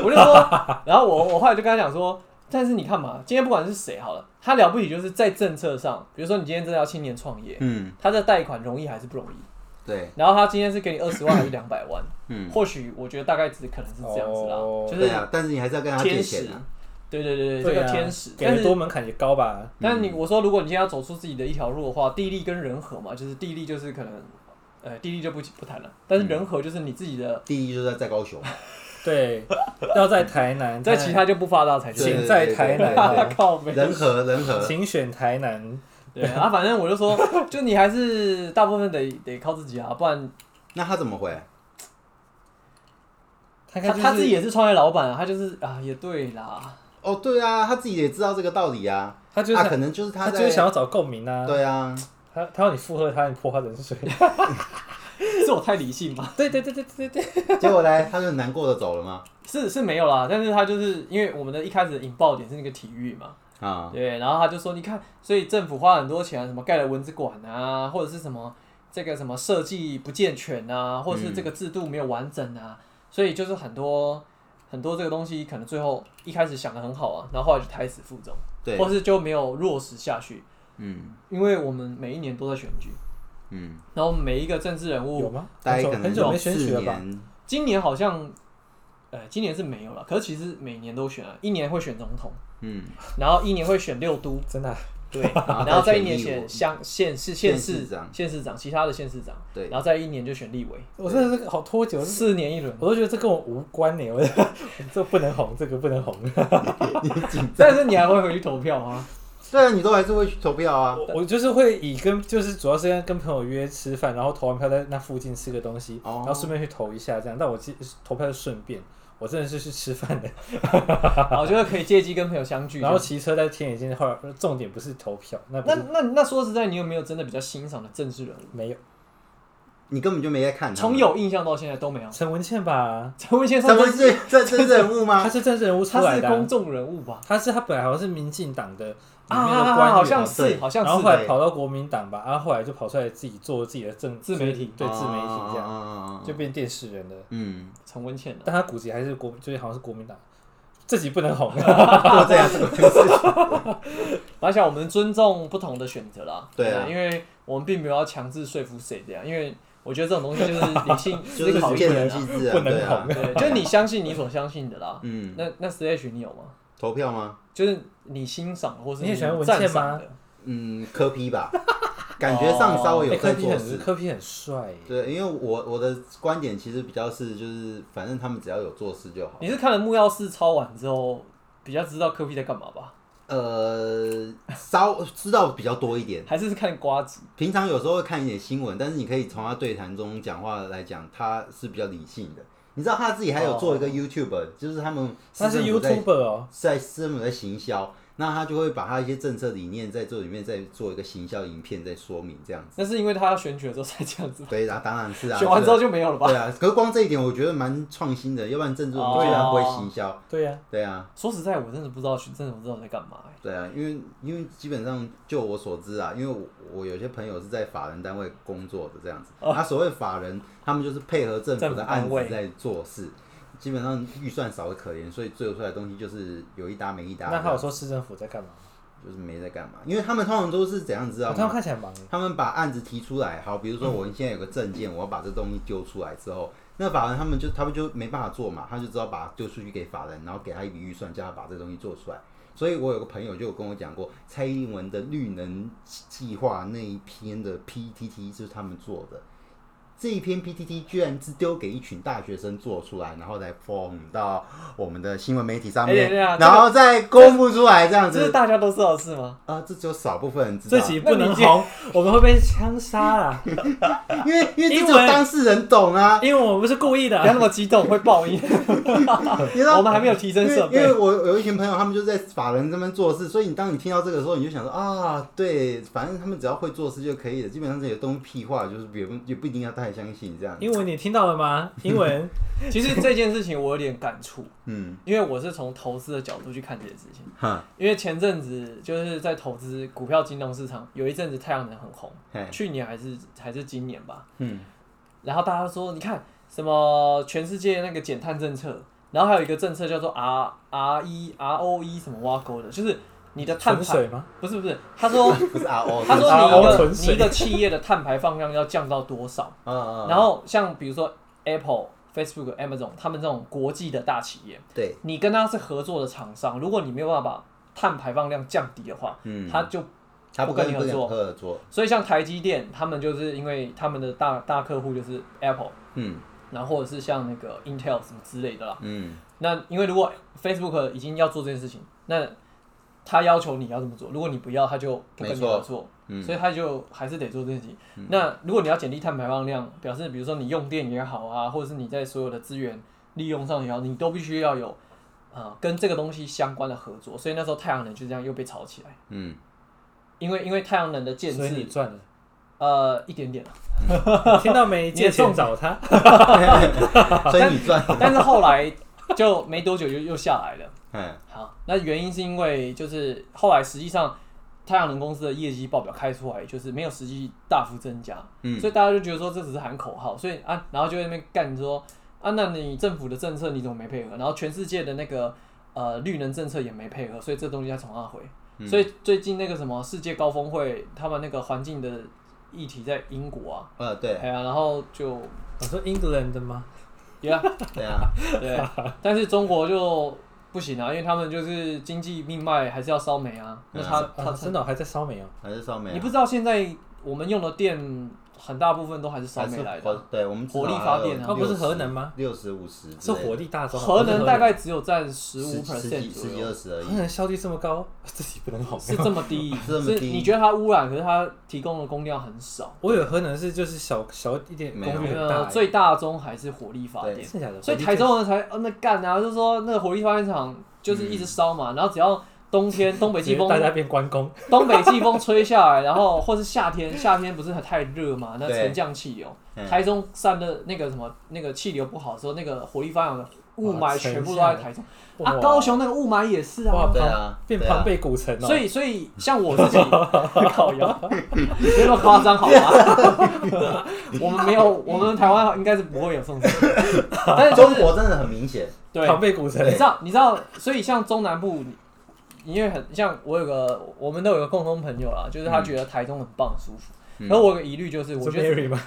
Speaker 1: 我就说，然后我我后来就跟他讲说，但是你看嘛，今天不管是谁好了，他了不起就是在政策上，比如说你今天真的要青年创业，
Speaker 2: 嗯，
Speaker 1: 他的贷款容易还是不容易？
Speaker 2: 对，
Speaker 1: 然后他今天是给你二十万还是两百万？
Speaker 2: 嗯，
Speaker 1: 或许我觉得大概只可能是这样子啦，
Speaker 3: 哦
Speaker 1: 就是
Speaker 2: 对啊，但是你还是要跟他借
Speaker 1: 天使
Speaker 2: 钱啊。，
Speaker 1: 对对对
Speaker 3: 对
Speaker 1: 这
Speaker 3: 啊
Speaker 1: 个天使，
Speaker 3: 给
Speaker 1: 但
Speaker 3: 的
Speaker 1: 是
Speaker 3: 多门槛也高吧？
Speaker 1: 但你我说，如果你今天要走出自己的一条路的话，地利跟人和嘛，就是地利就是可能，呃，地利就不不谈了，但是人和就是你自己的，
Speaker 2: 第一就是在在高 雄，
Speaker 3: 对，要在台南，
Speaker 1: 在其他就不发大财就
Speaker 2: 对
Speaker 1: 行。
Speaker 3: 请在台南，
Speaker 1: 靠北
Speaker 2: 人和人 和，
Speaker 3: 请选台南，
Speaker 1: 对啊，反正我就说，就你还是大部分得得靠自己啊，不然
Speaker 2: 那他怎么回？
Speaker 1: 他
Speaker 3: 他应该就是
Speaker 1: 他自己也是创业老板啊，他就是啊，也对啦，
Speaker 2: 哦，对啊，他自己也知道这个道理啊。
Speaker 3: 他就是
Speaker 2: 啊，可能就是
Speaker 3: 他
Speaker 2: 在
Speaker 3: 就是想要找共鸣啊，
Speaker 2: 对啊，
Speaker 3: 他他要你附和他，你泼他冷 水，
Speaker 1: 是我太理性吧？
Speaker 3: 对对对对对对，
Speaker 2: 结果嘞，他就很难过的走了嘛。
Speaker 1: 是是没有啦，但是他就是因为我们的一开始的引爆点是那个体育嘛，
Speaker 2: 啊，
Speaker 1: 对，然后他就说，你看，所以政府花很多钱，什么盖了文字馆啊，或者是什么这个什么设计不健全
Speaker 2: 嗯
Speaker 1: 啊，或者是这个制度没有完整啊，所以就是很多很多这个东西，可能最后一开始想的很好啊，然后后来就胎死腹中，
Speaker 2: 对，
Speaker 1: 或是就没有落实下去，
Speaker 2: 嗯
Speaker 1: 因为我们每一年都在选举，
Speaker 2: 嗯，
Speaker 1: 然后每一个政治人
Speaker 3: 有
Speaker 1: 物，
Speaker 3: 吗？
Speaker 2: 大
Speaker 3: 很
Speaker 2: 概
Speaker 3: 久
Speaker 2: 可能
Speaker 3: 很久没选
Speaker 2: 四
Speaker 3: 举了吧？
Speaker 2: 年，
Speaker 1: 今年好像，呃，今年是没有了，可是其实每年都选啊，一年会选总统，
Speaker 2: 嗯，
Speaker 1: 然后一年会选六都。
Speaker 3: 真的啊、
Speaker 1: 对，
Speaker 2: 后
Speaker 1: 然后再一年
Speaker 2: 再选立
Speaker 1: 选
Speaker 2: 委
Speaker 1: 乡县市县
Speaker 2: 县
Speaker 1: 市
Speaker 2: 市长
Speaker 1: 县市长，其他的县市长，
Speaker 2: 对
Speaker 1: 然后再一年就选立委，
Speaker 3: 我真的是好脱节，我
Speaker 1: 四年一轮。
Speaker 3: 我都觉得这跟我无关呢，我 这不能红，这个不能红，
Speaker 1: 但是你还会回去投票啊？
Speaker 2: 对啊，你都还是会去投票啊。
Speaker 3: 我我就是会以跟就是主要是跟跟朋友约吃饭，然后投完票在那附近吃个东西，
Speaker 2: 哦
Speaker 3: 然后顺便去投一下这样。但我其实投票是顺便，我真的是去吃饭的，
Speaker 1: 然后就是可以借机跟朋友相聚。
Speaker 3: 然后骑车在天眼间。后来重点不是投票，那不
Speaker 1: 那
Speaker 3: 是
Speaker 1: 那那说实在，你有没有真的比较欣赏的政治人物？
Speaker 3: 没有
Speaker 2: 你根本就没在看他们。
Speaker 1: 从有印象到现在都没有。
Speaker 3: 陈文茜吧？
Speaker 1: 陈文先
Speaker 2: 什
Speaker 1: 生
Speaker 2: 么是这真人物
Speaker 3: 她
Speaker 2: 吗？
Speaker 3: 是政治人物出
Speaker 1: 他
Speaker 3: 来
Speaker 1: 是
Speaker 3: 的
Speaker 1: 公
Speaker 3: 啊、
Speaker 1: 众人物吧？
Speaker 3: 她是她本来好像是民进党的里面的官员，
Speaker 1: 啊，好像是，
Speaker 2: 对
Speaker 1: 好像
Speaker 3: 然后
Speaker 1: 是啊欸
Speaker 3: 后
Speaker 1: 的。
Speaker 3: 来跑到国民党吧，然啊后后来就跑出来自己做自己的政
Speaker 1: 自媒体哦
Speaker 3: 对自媒体这样，
Speaker 2: 样
Speaker 3: 就变电视人了。
Speaker 2: 嗯，
Speaker 1: 陈文茜的，啊
Speaker 3: 但她骨子还是国，就是好像是国民党，自己不能红。啊
Speaker 2: 就这样子。
Speaker 1: 而且我们尊重不同的选择啦。
Speaker 2: 对啊
Speaker 1: 因为我们并没有要强制说服谁这样，因为我觉得这种东西就是理性
Speaker 2: 就是
Speaker 1: 思考
Speaker 2: 普
Speaker 1: 一
Speaker 2: 遍
Speaker 1: 点
Speaker 2: 人
Speaker 1: 啊。
Speaker 2: 机制啊，
Speaker 3: 不 能
Speaker 2: 对啊
Speaker 3: 红，
Speaker 1: 对，就是你相信你所相信的啦。
Speaker 2: 嗯，
Speaker 1: 那那 slash 你有吗？
Speaker 2: 投票吗？
Speaker 1: 就是你欣赏的或是
Speaker 3: 你也喜欢文
Speaker 1: 赞
Speaker 3: 倩
Speaker 1: 赏
Speaker 3: 吗
Speaker 1: 的，
Speaker 2: 嗯，柯批吧，感觉上稍微有
Speaker 3: 哎
Speaker 2: 在
Speaker 3: 柯 P
Speaker 2: 做
Speaker 3: 很
Speaker 2: 事。
Speaker 3: 柯 P 很帅耶，
Speaker 2: 对，因为我我的观点其实比较是，就是反正他们只要有做事就好。
Speaker 1: 你是看了木曜四抄完之后，比较知道科比在干嘛吧？
Speaker 2: 呃，稍知道比较多一点。
Speaker 1: 还是是看瓜子？
Speaker 2: 平常有时候会看一点新闻，但是你可以从他对谈中讲话来讲，他是比较理性的。你知道他自己还有
Speaker 1: 哦
Speaker 2: 做一个 YouTube，、就是他们
Speaker 3: 他是
Speaker 2: 市政府在
Speaker 3: YouTuber 哦，
Speaker 2: 在师母在行销，那他就会把他一些政策理念在这里面再做一个行销影片再说明这样。
Speaker 1: 那是因为他要选举的时候才这样子，
Speaker 2: 对啊，当然是啊，
Speaker 1: 选完之
Speaker 2: 后
Speaker 1: 后就没有了吧？
Speaker 2: 对啊，可是光这一点我觉得蛮创新的，要不然政治我们
Speaker 1: 哦
Speaker 2: 居然不会行销。
Speaker 3: 对呀，
Speaker 2: 对啊，
Speaker 1: 说实在，我真的不知道选政府知道在干嘛、欸
Speaker 2: 对啊，因为因为基本上就我所知啊，因为我我有些朋友是在法人单位工作的这样子，他所谓法人，他们就是配合政府的
Speaker 1: 哦
Speaker 2: 案
Speaker 1: 政府单位
Speaker 2: 子在做事，基本上预算少的可怜，所以做出来的东西就是有一搭没一搭的，
Speaker 3: 那他有说市政府在干嘛？
Speaker 2: 就是没在干嘛，因为他们通常都是怎样知道
Speaker 3: 哦他
Speaker 2: 吗
Speaker 3: 们？看起来很忙耶，
Speaker 2: 他们把案子提出来，好，比如说我现在有个证件，我要把这东西丢出来之后，那法人他们就他们就没办法做嘛，他就只好把它丢出去给法人，然后给他一笔预算，叫他把这东西做出来。所以我有个朋友就有跟我讲过，蔡英文的绿能计划那一篇的 PTT 就是他们做的，这一篇 PTT 居然是丢给一群大学生做出来，然后再放到我们的新闻媒体上
Speaker 1: 哎
Speaker 2: 面，
Speaker 1: 等一下
Speaker 2: 然后再公布出来这样
Speaker 1: 这是
Speaker 2: 子。
Speaker 1: 大家都知道的事吗？
Speaker 2: 啊、这只有少部分人知道。
Speaker 3: 这集不
Speaker 1: 那
Speaker 3: 能
Speaker 1: 你今
Speaker 3: 红，我们会被枪杀啦，
Speaker 2: 因为因为这只
Speaker 3: 英文
Speaker 2: 有当事人 懂啊，
Speaker 3: 因为我们不是故意
Speaker 1: 不要那
Speaker 3: 的。啊
Speaker 1: 么激动，会爆 音。
Speaker 2: 你知道
Speaker 1: 我们还没有提升设备
Speaker 2: 啊因为因为我有一群朋友，他们就在法人那边做事，所以你当你听到这个时候，你就想说啊，对，反正他们只要会做事就可以了，基本上这些东西屁话，就是也不也不一定要太相信这样。
Speaker 3: 英文你听到了吗？英文
Speaker 1: 其实这件事情我有点感触，
Speaker 2: 嗯，
Speaker 1: 因为我是从投资的角度去看这件事情。
Speaker 2: 哈，
Speaker 1: 因为前阵子就是在投资股票金融市场，有一阵子太阳能很红，
Speaker 2: 嘿，
Speaker 1: 去年还是还是今年吧。
Speaker 2: 嗯，
Speaker 1: 然后大家说，你看什么全世界那个减碳政策，然后还有一个政策叫做 R R E R O E 什么挖沟的，就是你的碳
Speaker 3: 纯
Speaker 1: 排
Speaker 3: 水吗？
Speaker 1: 不是不是，他说
Speaker 2: 不是哦 R O，
Speaker 1: 他说
Speaker 3: 啊
Speaker 1: 你一
Speaker 3: 我
Speaker 1: 个
Speaker 3: 纯
Speaker 1: 你
Speaker 3: 水
Speaker 1: 一个企业的碳排放量要降到多少？
Speaker 2: 啊啊，
Speaker 1: 然后像比如说 Apple、Facebook、Amazon 他们这种国际的大企业，
Speaker 2: 对，
Speaker 1: 你跟他是合作的厂商，如果你没有办法把碳排放量降低的话，
Speaker 2: 嗯，
Speaker 1: 他就
Speaker 2: 他不跟
Speaker 1: 不
Speaker 2: 你
Speaker 1: 跟你合作
Speaker 2: 合作，
Speaker 1: 所以像台积电，他们就是因为他们的大大客户就是 Apple，
Speaker 2: 嗯
Speaker 1: 然后或者是像那个 Intel 什么之类的啦。
Speaker 2: 嗯
Speaker 1: 那因为如果 Facebook 已经要做这件事情，那他要求你要这么做，如果你不要，他就不跟
Speaker 2: 没
Speaker 1: 你
Speaker 2: 错
Speaker 1: 合作，
Speaker 2: 嗯
Speaker 1: 所以他就还是得做这件事情。那如果你要减低碳排放量，表示比如说你用电也好啊，或者是你在所有的资源利用上也好，你都必须要有呃跟这个东西相关的合作。所以那时候太阳能就这样又被炒起来，
Speaker 2: 嗯，
Speaker 1: 因为因为太阳能的建
Speaker 3: 所以你
Speaker 1: 制
Speaker 3: 赚了，
Speaker 1: 呃一点点。
Speaker 3: 听到没？
Speaker 1: 你也
Speaker 3: 借
Speaker 1: 中
Speaker 3: 钱找他。
Speaker 2: 嗯所以你赚，
Speaker 1: 但是后来就没多久又又下来了。
Speaker 2: 嗯
Speaker 1: 好，那原因是因为就是后来实际上太阳能公司的业绩报表开出来，就是没有实际大幅增加，
Speaker 2: 嗯
Speaker 1: 所以大家就觉得说这只是喊口号，所以啊，然后就在那边干说啊，那你政府的政策你怎么没配合？然后全世界的那个呃绿能政策也没配合，所以这东西要从那回。
Speaker 2: 嗯
Speaker 1: 所以最近那个什么世界高峰会，他们那个环境的议题在英国啊，
Speaker 2: 呃，对
Speaker 1: 哎呀，然后就
Speaker 3: 我说 England 的吗？啊
Speaker 1: 呀。
Speaker 2: 对啊，
Speaker 1: 对， 但是中国就不行啊，因为他们就是经济命脉还是要烧煤啊。那他他
Speaker 3: 啊，真的哦还在烧煤哦。
Speaker 2: 还是烧煤啊，
Speaker 1: 你不知道现在我们用的电很大部分都还是烧
Speaker 2: 还
Speaker 1: 煤
Speaker 2: 是
Speaker 1: 来
Speaker 2: 火
Speaker 1: 的，，啊
Speaker 2: 对我们
Speaker 1: 火力发电啊
Speaker 3: 它不是核能吗？
Speaker 2: 六十五十
Speaker 3: 是火力大宗啊，
Speaker 1: 核
Speaker 3: 不是
Speaker 1: 能大概只有占十
Speaker 2: 十
Speaker 1: 五
Speaker 2: 十几
Speaker 1: percent
Speaker 2: 十
Speaker 1: 左
Speaker 2: 几二
Speaker 1: 右，
Speaker 2: 十而已
Speaker 3: 核。能效率这么高，自己不能好。
Speaker 1: 是这么低，
Speaker 2: 这么
Speaker 1: 是
Speaker 2: 低
Speaker 1: 你觉得它污染，可是它提供的供量很少。
Speaker 3: 我以为核能是就是小小一点
Speaker 2: 没有
Speaker 3: 功率很
Speaker 1: 呃，
Speaker 3: 大，
Speaker 1: 最大宗还是火力发电
Speaker 2: 对，
Speaker 3: 剩下的。
Speaker 1: 所以台中人才呃那干啊，就是说那个火力发电厂就是
Speaker 2: 嗯
Speaker 1: 一直烧嘛，然后只要冬 天东北
Speaker 3: 直接
Speaker 1: 季风
Speaker 3: 大家变关公，
Speaker 1: 东北季风吹下来，然后或是夏天， 夏天不是很太热嘛？那
Speaker 2: 对
Speaker 1: 沉降气流，
Speaker 2: 嗯
Speaker 1: 台中散的那个什么那个气流不好的时候，那个火力发扬的雾霾
Speaker 3: 哇
Speaker 1: 全部都
Speaker 3: 沉下
Speaker 1: 在
Speaker 3: 来
Speaker 1: 台中
Speaker 3: 哇
Speaker 1: 啊，高雄那个雾霾也是啊
Speaker 3: 哇。
Speaker 2: 对啊，
Speaker 3: 变
Speaker 2: 对啊
Speaker 3: 庞贝古城哦。
Speaker 1: 所以，所以像我自 己烤窑，没那么夸张好吗？ 我们没有，我们台湾应该是不会有这种事情， 但是就
Speaker 2: 中
Speaker 1: 是
Speaker 2: 国真的很明显，
Speaker 1: 对，
Speaker 3: 庞贝古城
Speaker 1: 你知道，你知道，所以像中南部，你因为很像我有个，我啊
Speaker 3: 嗯
Speaker 1: 们都有个共同朋友啦，就是他觉得台中很棒、很舒服。
Speaker 2: 嗯
Speaker 1: 然后我有个疑虑就是，我觉
Speaker 3: 是
Speaker 1: 得
Speaker 3: Mary 吗？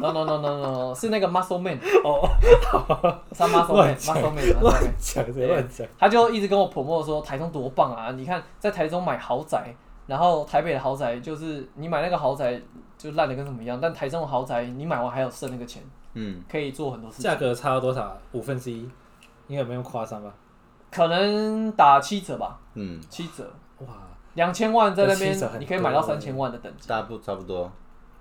Speaker 1: No no no no no，no，是那个 Muscle Man，
Speaker 3: 哦，
Speaker 1: 他 Muscle
Speaker 3: 乱
Speaker 1: Man
Speaker 3: 讲
Speaker 1: Muscle Man，Muscle
Speaker 3: 乱
Speaker 1: Man
Speaker 3: 讲，这乱讲。
Speaker 1: 他就一直跟我 promo 说台中多棒啊！你看在台中买豪宅，然后台北的豪宅就是你买那个豪宅就烂的跟什么一样，但台中的豪宅你买完还有剩那个钱，
Speaker 2: 嗯，
Speaker 1: 可以做很多事情，
Speaker 3: 价格差了多少？五分之一，应该没有夸张吧？
Speaker 1: 可能打七折吧，
Speaker 2: 嗯，
Speaker 1: 七折，
Speaker 3: 哇
Speaker 1: 两千万在那边
Speaker 3: 七折很多
Speaker 1: 你可以买到三千万的等级。
Speaker 2: 大不差不多，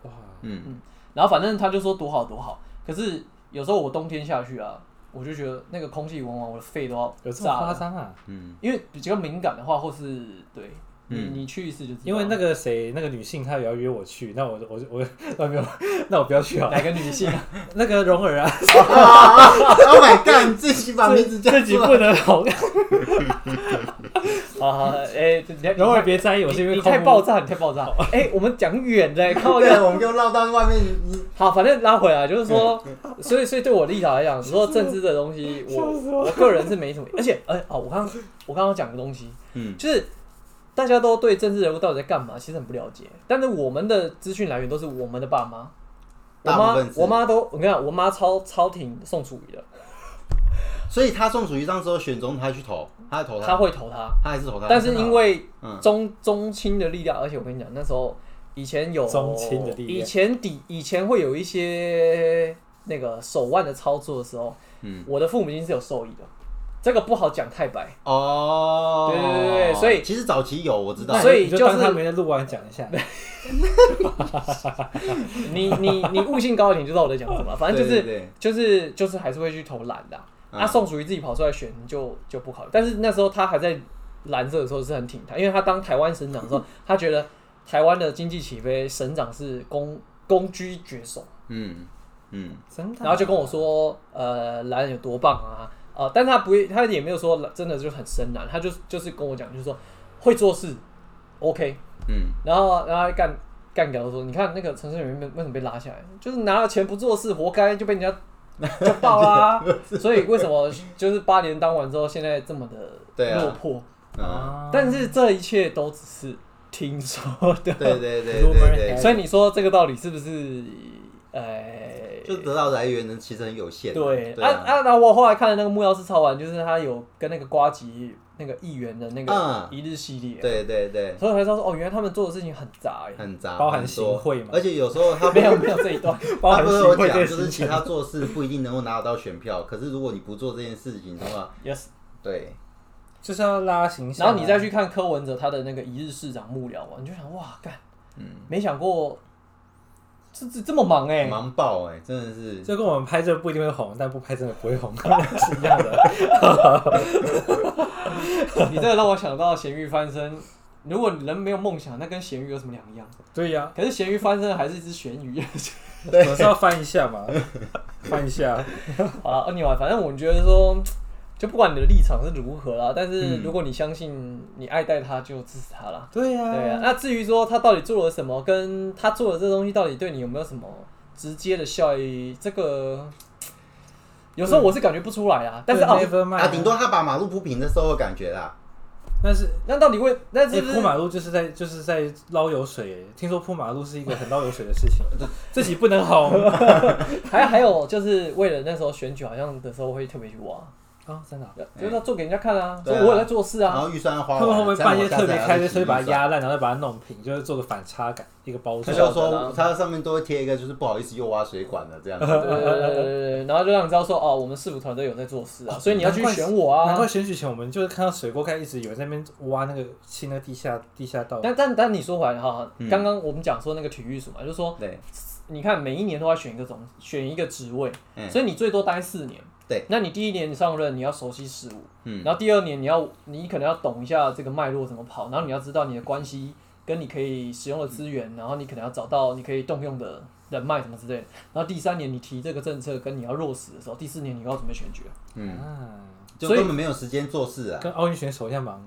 Speaker 3: 哇，
Speaker 2: 嗯，
Speaker 1: 然后反正他就说多好多好，可是有时候我冬天下去啊，我就觉得那个空气闻完我的肺都要
Speaker 3: 有这么
Speaker 1: 炸
Speaker 3: 夸
Speaker 1: 了，
Speaker 3: 张啊？
Speaker 2: 嗯
Speaker 1: 因为比较敏感的话，或是对你、你去一次就知道。
Speaker 3: 因为那个谁，那个女性她也要约我去，那我我我 那没有，那我不要去啊。
Speaker 1: 哪个女性啊？
Speaker 3: 那个蓉儿啊，
Speaker 2: Oh my god！你自己把名字叫
Speaker 3: 这集
Speaker 2: 出来，
Speaker 3: 不能 红，
Speaker 1: 好好，好哎、 欸，
Speaker 3: 蓉儿别在意，我是因为
Speaker 1: 你太爆炸，你太爆炸。哎、我们讲远 了、靠
Speaker 2: 对，
Speaker 1: 呀。
Speaker 2: 我们就绕到外面，你
Speaker 1: 好，反正拉回来，就是 说，所以所以对我立场来讲，你说政治的东西， 我我个人是没什么，而且而且哦，我刚刚我刚刚讲个东西，
Speaker 2: 嗯，
Speaker 1: 就是大家都对政治人物到底在干嘛，其实很不了解。但是我们的资讯来源都是我们的爸妈，我
Speaker 2: 大部
Speaker 1: 妈
Speaker 2: 分是
Speaker 1: 我妈都我跟你讲，我妈超超挺宋楚瑜的，
Speaker 2: 所以他宋楚瑜当时候选总统，他去投，他还投
Speaker 1: 她
Speaker 2: 他，
Speaker 1: 会投她，
Speaker 2: 他还是投他，
Speaker 1: 但是因为
Speaker 2: 嗯
Speaker 1: 中中青的力量，而且我跟你讲，那时候以前有
Speaker 3: 中青的力量
Speaker 1: 以前底以前会有一些那个手腕的操作的时候，
Speaker 2: 嗯，
Speaker 1: 我的父母亲是有受益的，这个不好讲太白。
Speaker 2: 哦，
Speaker 1: 对对对对所以
Speaker 2: 其实早期有我知道，
Speaker 1: 所以
Speaker 3: 你就
Speaker 1: 就
Speaker 3: 当
Speaker 1: 是
Speaker 3: 他没在录完讲一下。
Speaker 1: 你你你悟性高一点就知道我在讲什么，反正就是
Speaker 2: 对对对
Speaker 1: 就是就是还是会去投蓝的、啊。那、宋楚瑜自己跑出来选就就不考虑，但是那时候他还在蓝色的时候是很挺他，因为他当台湾省长的时候，他觉得台湾的经济起飞，省长是公公居绝首。
Speaker 2: 嗯嗯
Speaker 3: 真的啊，
Speaker 1: 然后就跟我说，呃，蓝有多棒啊，呃，但他不会，他也没有说真的就很深蓝，他就就是跟我讲，就是说会做事，OK，
Speaker 2: 嗯，
Speaker 1: 然后然后他干干掉说，你看那个陈胜元为为什么被拉下来，就是拿了钱不做事，活该就被人家 就爆啊啦、所以为什么就是八年当完之后，现在这么
Speaker 2: 对
Speaker 1: 的
Speaker 2: 啊
Speaker 1: 落魄？
Speaker 2: 嗯，
Speaker 3: 啊，
Speaker 1: 但是这一切都只是听说的，
Speaker 2: 对对对对
Speaker 3: Rumor
Speaker 1: 所以你说这个道理是不是？呃
Speaker 2: 对，，就得到来源呢其实很有限，
Speaker 1: 对，
Speaker 2: 对
Speaker 1: 啊啊！然后我后来看的那个木曜四超玩，就是他有跟那个瓜吉那个议员的那个
Speaker 2: 嗯
Speaker 1: 一日系列，
Speaker 2: 对对对，
Speaker 1: 所以我才知道说哦，原来他们做的事情很杂哎，
Speaker 2: 很杂，
Speaker 3: 包含
Speaker 2: 很
Speaker 3: 行
Speaker 2: 多
Speaker 3: 贿嘛
Speaker 2: 而且有时候他
Speaker 1: 没有没有这一段，
Speaker 3: 包含
Speaker 2: 啊他不是
Speaker 3: 行
Speaker 2: 有
Speaker 3: 贿
Speaker 2: 讲，
Speaker 3: 这
Speaker 2: 就
Speaker 3: 个
Speaker 2: 是
Speaker 3: 行
Speaker 2: 其
Speaker 3: 程，
Speaker 2: 他做事不一定能够拿得到选票，可是如果你不做这件事情的话，
Speaker 1: yes。
Speaker 2: 对，
Speaker 3: 就是要拉形象
Speaker 1: 然
Speaker 3: 啊。
Speaker 1: 后你再去看柯文哲他的那个一日市长幕僚嘛，你就想哇干，
Speaker 3: 嗯
Speaker 1: 没想过这这这么忙哎，
Speaker 2: 忙爆哎、真的是，
Speaker 3: 就跟我们拍这不一定会红，但不拍真的不 会红是一样的。
Speaker 1: 你这个让我想到咸鱼翻身。如果人没有梦想，那跟咸鱼有什么两样？
Speaker 3: 对呀，
Speaker 1: 可是咸鱼翻身还是一只咸鱼。
Speaker 3: 总是要翻一下嘛， 翻一下。
Speaker 1: 好了，Anyway，反正我觉得说，就不管你的立场是如何啦，但是如果你相信你爱戴他，就支持他啦。
Speaker 3: 对呀，
Speaker 1: 对啊，那至于说他到底做了什么，跟他做的这东西到底对你有没有什么直接的效益，这个有时候我是感觉不出来啊。但是
Speaker 3: 啊
Speaker 1: 哦，
Speaker 3: ，never mind
Speaker 2: 啊，顶多他把马路铺平的时候的感觉啦，
Speaker 3: 但是
Speaker 1: 那到底会那
Speaker 3: 哎，
Speaker 1: 是不
Speaker 3: 铺
Speaker 1: 是
Speaker 3: 马路就是在就是在捞油水，听说铺马路是一个很捞油水的事情，自己不 能红
Speaker 1: 还还有就是为了那时候选举好像的时候会特别去挖，
Speaker 3: 啊，真的啊。
Speaker 1: 就是要做给人家看啊，说
Speaker 2: 对啊
Speaker 1: 我有在做事
Speaker 2: 然
Speaker 1: 啊。
Speaker 2: 后预算要花
Speaker 3: 他们会不会
Speaker 2: 哦完，这样
Speaker 3: 半
Speaker 2: 我
Speaker 3: 夜
Speaker 2: 下
Speaker 3: 特
Speaker 2: 次
Speaker 3: 别
Speaker 2: 还要
Speaker 3: 开车，
Speaker 2: 去
Speaker 3: 所以把
Speaker 2: 预
Speaker 3: 它
Speaker 2: 算。
Speaker 3: 压烂，然后再把它弄平，就是做个反差感，一个包
Speaker 2: 他
Speaker 3: 装。
Speaker 2: 就
Speaker 1: 不晓得啊
Speaker 2: 说，他上面都会贴一个，就是不好意思又挖水管了这样
Speaker 1: 对
Speaker 2: 子。
Speaker 1: 对对对对对，然后就让你知道说哦，我们市府团队有在做事啊，所以你要去
Speaker 3: 难怪
Speaker 1: 选我
Speaker 2: 哦
Speaker 1: 啊。
Speaker 3: 难怪选举前我们就是看到水锅盖一直有人在那边挖那个清那个地下地下道，
Speaker 1: 但但但你说回来哈，刚刚我们讲说那个体育署嘛，就是说，
Speaker 2: 对，
Speaker 1: 你看每一年都要选一个总选一个职位，
Speaker 2: 嗯
Speaker 1: 所以你最多待四年。
Speaker 2: 对，
Speaker 1: 那你第一年你上任，你要熟悉事物，
Speaker 2: 嗯，
Speaker 1: 然后第二年你要你可能要懂一下这个脉络怎么跑，然后你要知道你的关系跟你可以使用的资源，然后你可能要找到你可以动用的人脉什么之类的。然后第三年你提这个政策跟你要落实的时候，第四年你又要准备选举了，
Speaker 2: 嗯，
Speaker 3: 啊，
Speaker 2: 就
Speaker 1: 所以
Speaker 2: 根本没有时间做事啊。
Speaker 3: 跟奥运选手一样忙，